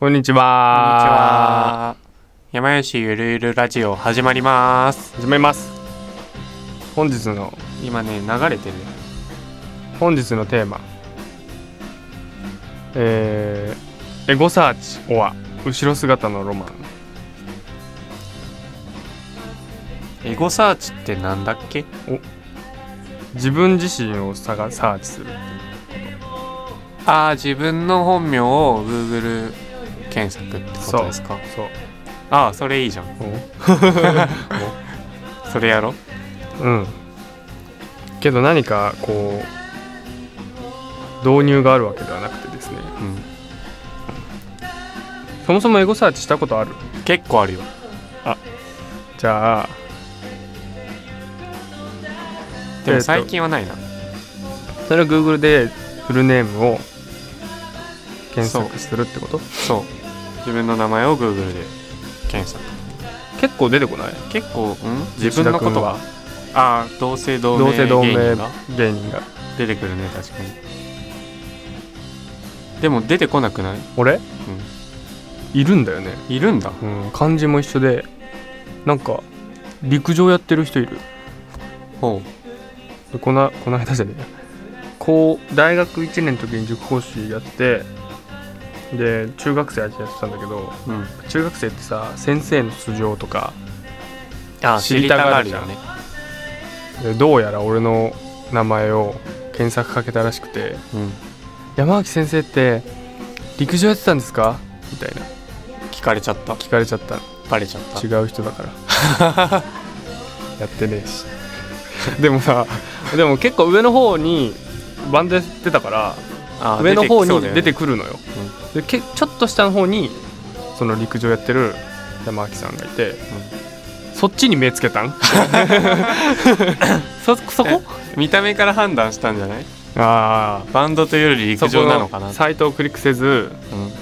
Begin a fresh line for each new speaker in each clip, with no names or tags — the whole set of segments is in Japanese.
こんにち
こんにち
は。
は。山吉ゆるゆるラジオ始まります。
始めます。本日の
今ね、流れてる。
本日のテーマ。えー、エゴサーチオア後ろ姿のロマン。
エゴサーチってなんだっけ
自分自身を探サーチする。
ああ、自分の本名を Google 検索ってことですか。
そう。
ああ、それいいじゃん。それやろ。
うん。けど何かこう導入があるわけではなくてですね。
うん。
そもそもエゴサーチしたことある。
結構あるよ。
じゃあ
で
えー
も
と
最近はないな。
それを Google でフルネームを検索するってこと
そう。自分の名前を Google で検索。
結構出てこない
結構、うん自分のことはああ、同姓同
同
名
姓同
芸
名
人が
芸人が
出てくるね、確かに。でも出てこなくない
俺、いるんだよね、
いるんだ
うん、漢字も一緒でなんか陸上やってる人いる
ほ
でこなこの間じゃねえやこう大学1年の時に塾講師やってで中学生相手にやってたんだけど
う、うん、
中学生ってさ先生の素性とか
あ
知りたがるよねでどうやら俺の名前を検索かけたらしくて
うん、
山脇先生って陸上やってたんですかみたいな
聞かれちゃった
聞かれちゃった
バレちゃった
違う人だから やってねえし でもさでも結構上の方にバンドやってたから
あ
上の方に出て
く
くるのよでけちょっと下の方にその陸上やってる山脇さんがいて、そっちに目つけたん そそこ
見た目から判断したんじゃない
ああ
バンドというより陸上なのかな
サイトをクリックせず
うん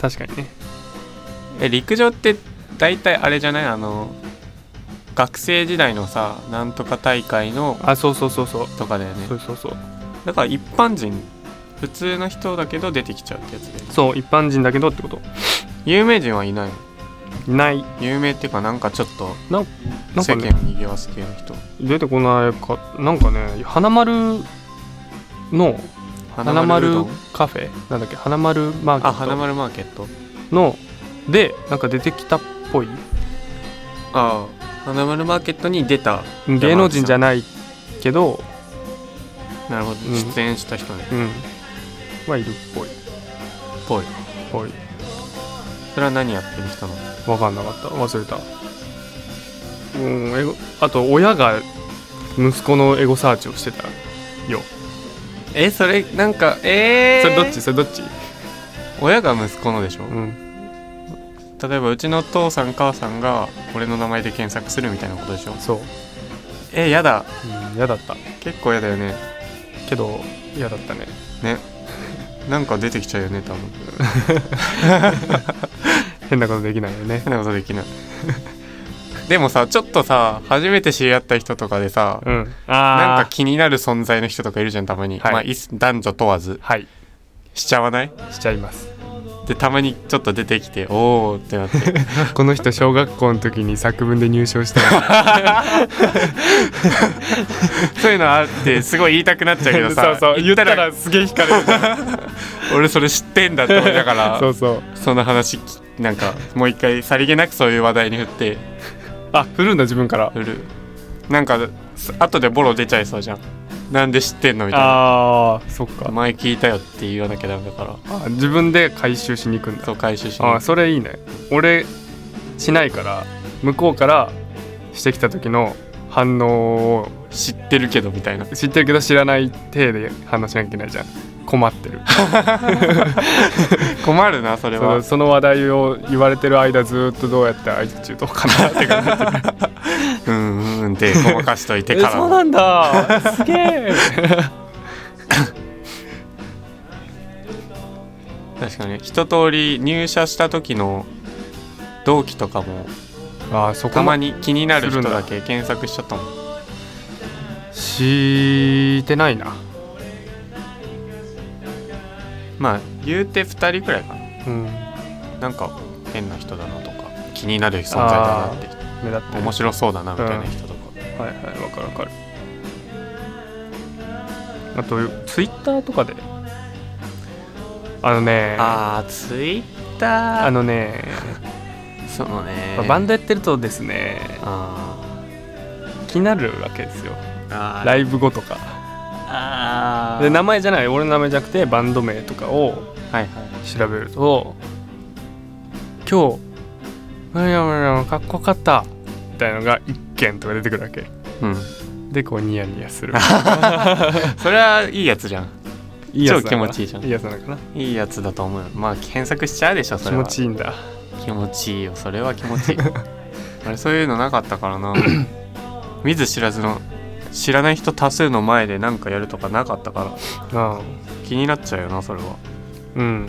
確かにね
え陸上って大体あれじゃないあの学生時代のさなんとか大会の
あそうそうそうそう
とかだよね
そうそうそう
だから一般人普通の人だけど出てきちゃうってやつで
そう一般人だけどってこと
有名人はいないの
いない
有名っていうかなんかちょっと
なんか、
世
ね
間、を賑わす系の人
出てこないかなんかね花丸の花
うど
丸
ん
カフェなんだっけ花丸マーケ
あ花
ッ
丸マーケット
トのでなんか出てきたっぽい
ああ花丸マーケットに出た
芸能人じゃないけど
なるほど、
うん
出演した人ね
うんはいるっぽい
ぽい
ぽい
それは何やってる人なの
分かんなかった忘れたうんエゴあと親が息子のエゴサーチをしてたよ
えそれなんかえ
それどっちそれどっち、
親が息子のでしょ、
うん、
例えばうちの父さん母さんが俺の名前で検索するみたいなことでしょ
そう
えやだ
うん嫌だった
結構やだよね
けど嫌だったね
ね なんか出てきちゃうよね多分
変なことできないよね
変なことできない でもさちょっとさ初めて知り合った人とかでさ
うん
なん
あ
か気になる存在の人とかいるじゃんたまに、
はい
まあいつ男女問わず
はい
しちゃわない
しちゃいます
でたまにちょっと出てきておおってなって
この人小学校の時に作文で入賞した
そういうのあってすごい言いたくなっちゃうけ どさ
言ったらすげえ惹かれる
俺それ知ってんだって思いながら
そう
そ
そう
の話きなんかもう一回さりげなくそういう話題に振って
あ振るんだ自分から
振るなんかす後でボロ出ちゃいそうじゃんなんで知ってんのみたいな
あーそっか
前聞いたよって言わなきゃダメだから
あ自分で回収しに行くんだ
そう回収しに
あーそれいいね俺しないから向こうからしてきた時の反応を
知ってるけどみたいな
知ってるけど知らない体で反応しなきゃいけないじゃん困ってる
困るなそれ
その
は
その話題を言われてる間ずっとどうやって相槌打とうかなって感じ
うんうんってごまかしといて
え
から
そうなんだすげえ
確かに一通り入社した時の同期とかも
あーそこ
た
ま
ま
で
に気になる
する
人
んだ
だけ検索しちゃったもん
してないな
まあ言うて2人くらいかな
うん、
なんか変な人だなとか気になる存在だなって
目立ってる
面白そうだなみたいな人とか、
はいはいわかるわかるあとツイッターとかであのねあ
ああツイッター
のね、
そのね
まあバンドやってるとですね
あ
気になるわけですよ
ーあ
ライブ後とか
あ
で名前じゃない俺の名前じゃなくてバンド名とかを
はいはい
調べると今日「何や何やかっこよかった」みたいのが1件とか出てくるわけ
うん
でこうニヤニヤする
それはいいやつじゃん
いいやつなのかな
超気持ちいいじゃん
いいやつなのかない
いやつだと思うよまあ検索しちゃうでしょそ
気
れは
持ちいいんだ
気持ちいいよそれは気持ちいいあれそういうのなかったからな見ず知らずの知らない人多数の前で何かやるとかなかったから
ああ
気になっちゃうよなそれは
うん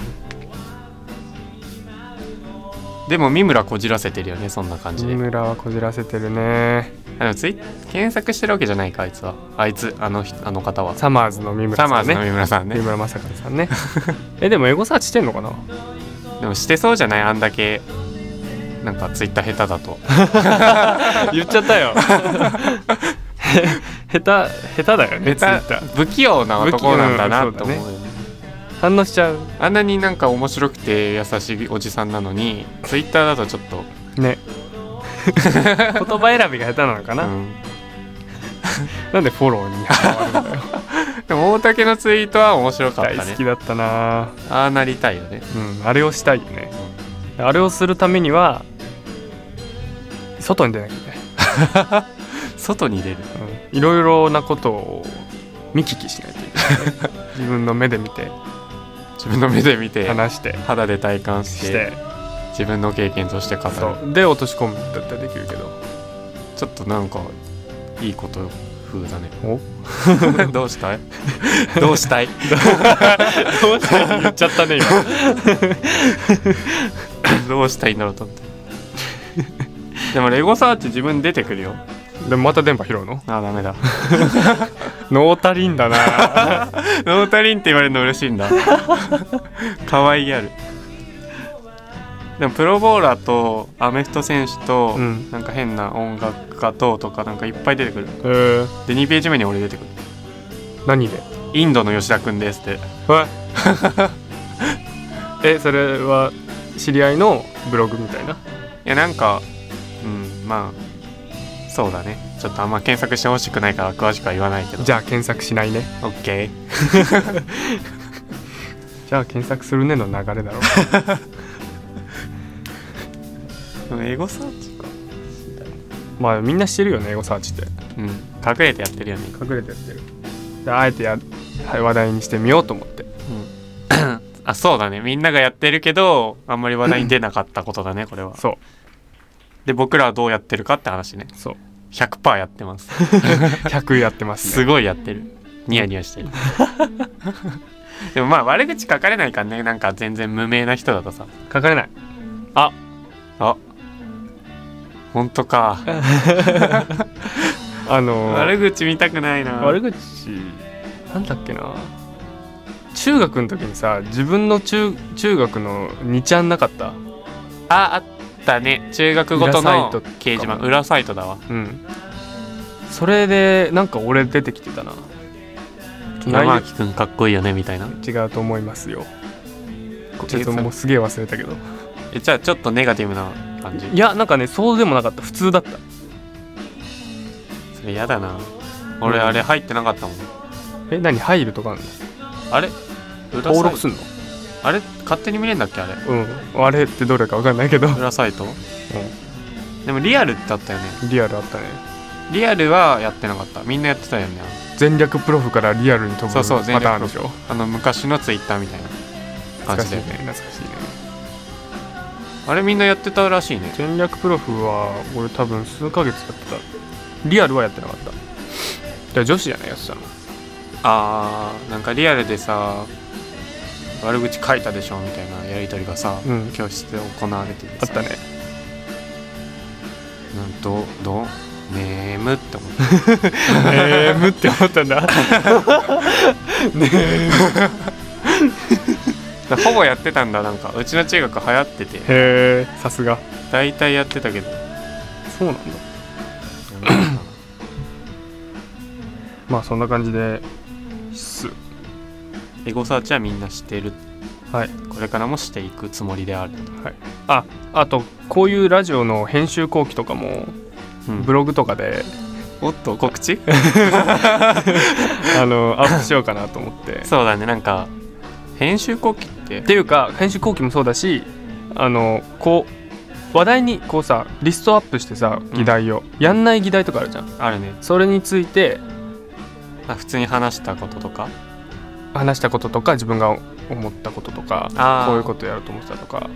でも三村こじらせてるよねそんな感じで
三村はこじらせてるね
あでもツイ検索してるわけじゃないかあいつはあいつあの人あの方はサ,、
サマーズの三村
マ
さん
ーズの
ね
三村さんね
三村正和さんね えでもエゴサーチしてんのか な
でもしてそうじゃないあんだけなんかツイッター下手だと
言っちゃったよへ下手下手だよね
下
Twitter
手不器用な男なんだな
不器
と
用
思
う
うん
そ
よね
反応しちゃう
あんなになんか面白くて優しいおじさんなのにツイッターだとちょっと
ね言葉選びが下手なのかな、
うん
なんでフォローに変わるんだよ
でも大竹のツイートは面白かった
大
ね
好きだったな
ああなりたいよね
うんあれをしたいよねあれをするためには外に出なきゃいけない
外に出る
うんいろいろなことを見聞きしないといけ ないね、自分の目で見て
自分の目で見て
話して
肌で体感して
して
自分の経験として語る
そうで落とし込むだったらできるけど
ちょっとなんかいいこと風だね
お
どうしたいどうしたい
どうした言っちゃったね
どうしたいんだろうと思ってでもレゴサーチ自分出てくるよ
今 でもまた電波拾うの
ああダメだ
ノータリンだ な
ノータリンって言われるの嬉 しいんだ可愛いあるでもプロボーラーとアメフト選手と、
うん
なんか変な音楽家ととかなんかいっぱい出てくる
えー、
で2ページ目に俺出てくる
何で
「インドの吉田君です」って
はい えそれは知り合いのブログみたいない
やなんかうんまあそうだねちょっとあんま検索してほしくないから詳しくは言わないけど
じ
ゃ
ゃあ検索しないね
あ OK
じゃあ検索するねの流れ だろう
でもエゴサーチか
まあみんなしてるよねエゴサーチって
うん隠れてやってるよね、
隠れてやってるであえてやはい話題にしてみようと思って
うん、あそうだねみんながやってるけどあんまり話題に出なかったことだねこれは
そ
で僕らはどうやってるかって話ね
うそう
100%やってます
100やってます、
す
ね、
ごいやってるニヤニ ヤしてるでもまあ悪口書かれないからねなんか全然無名な人だとさ
書かれない
あ本当か
あのー
悪口見たくないな
悪口なんだっけな中学の時にさ自分の中中学の2ちゃんなかった
ああったね中学ごとの掲示板裏サイトだわ
うんそれでなんか俺出てきてたな内
山脇くんかっこいいよねみたいな
容違うと思いますよちょっ
えそ
ともうすげえ忘れたけど
えじゃあちょっとネガティブな感じ
いやなんかねそうでもなかった普通だった
それやだな俺
うん
あれ入ってなかったもん
え何入るとかあんの
あれ裏サイト
登録すんの
あれ勝手に見れんだっけあれ
うんあれってどれかわかんないけど、う
裏サイト
ん、
でもリアルってあったよね
リアルあったね
リアルはやってなかったみんなやってたよね
全略プロフからリアルに飛ぶ
そ
パタ
うそう全略
ーンでしょ
あの昔のツイッターみたいな
懐
感
か
じ
しい
で、
ね懐かしいね
あれみんなやってたらしいね
全略プロフは俺多分数ヶ月やってたリアルはやってなかったじゃあ女子じゃないやってたの
あーなんかリアルでさ悪口書いたでしょみたいなやり取りがさ、
うん
教室で行われてて
あ
さ
ったね
なんとどねーむって思っ
えーむって思ったんだねえ
だからほぼやって たんだなんかうちの中学流行ってて
へえさすが
大体やって たけど
そうなんだまあそんな感じで必須
エゴサーチはみんなしてる
はい
これからもしていくつもりである、
ああとこういうラジオの編集後期とかも
うん
ブログとか で、
おっと告知
あのアップしようかなと思ってっ
そうだねなんか編集後期って
ていうか編集後期もそうだしあのこう話題にこうさリストアップしてさ議題を、やんない議題とかあるじゃん
あるね
それについて
あ普通に話したこととか
話したこととか自分が思ったこととか
あー
こういうことやろうと思ってたとか
は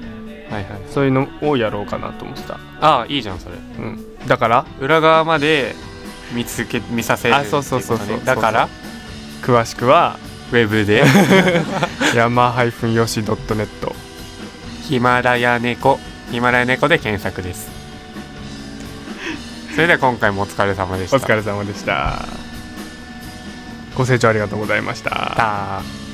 いはい
そういうのをやろうかなと思ってた、
ああいいじゃんそれ
うん、だから
裏側まで見つけ見させる
あそうそうそうそう
っていことねだから
詳しく は
ウ ェブで
yama-yoshi.net
ヒマラヤ猫ヒマラヤ猫で検索ですそれでは今回もお疲れ様でし
お
た
疲れ様でしたご清聴ありがとうございました
た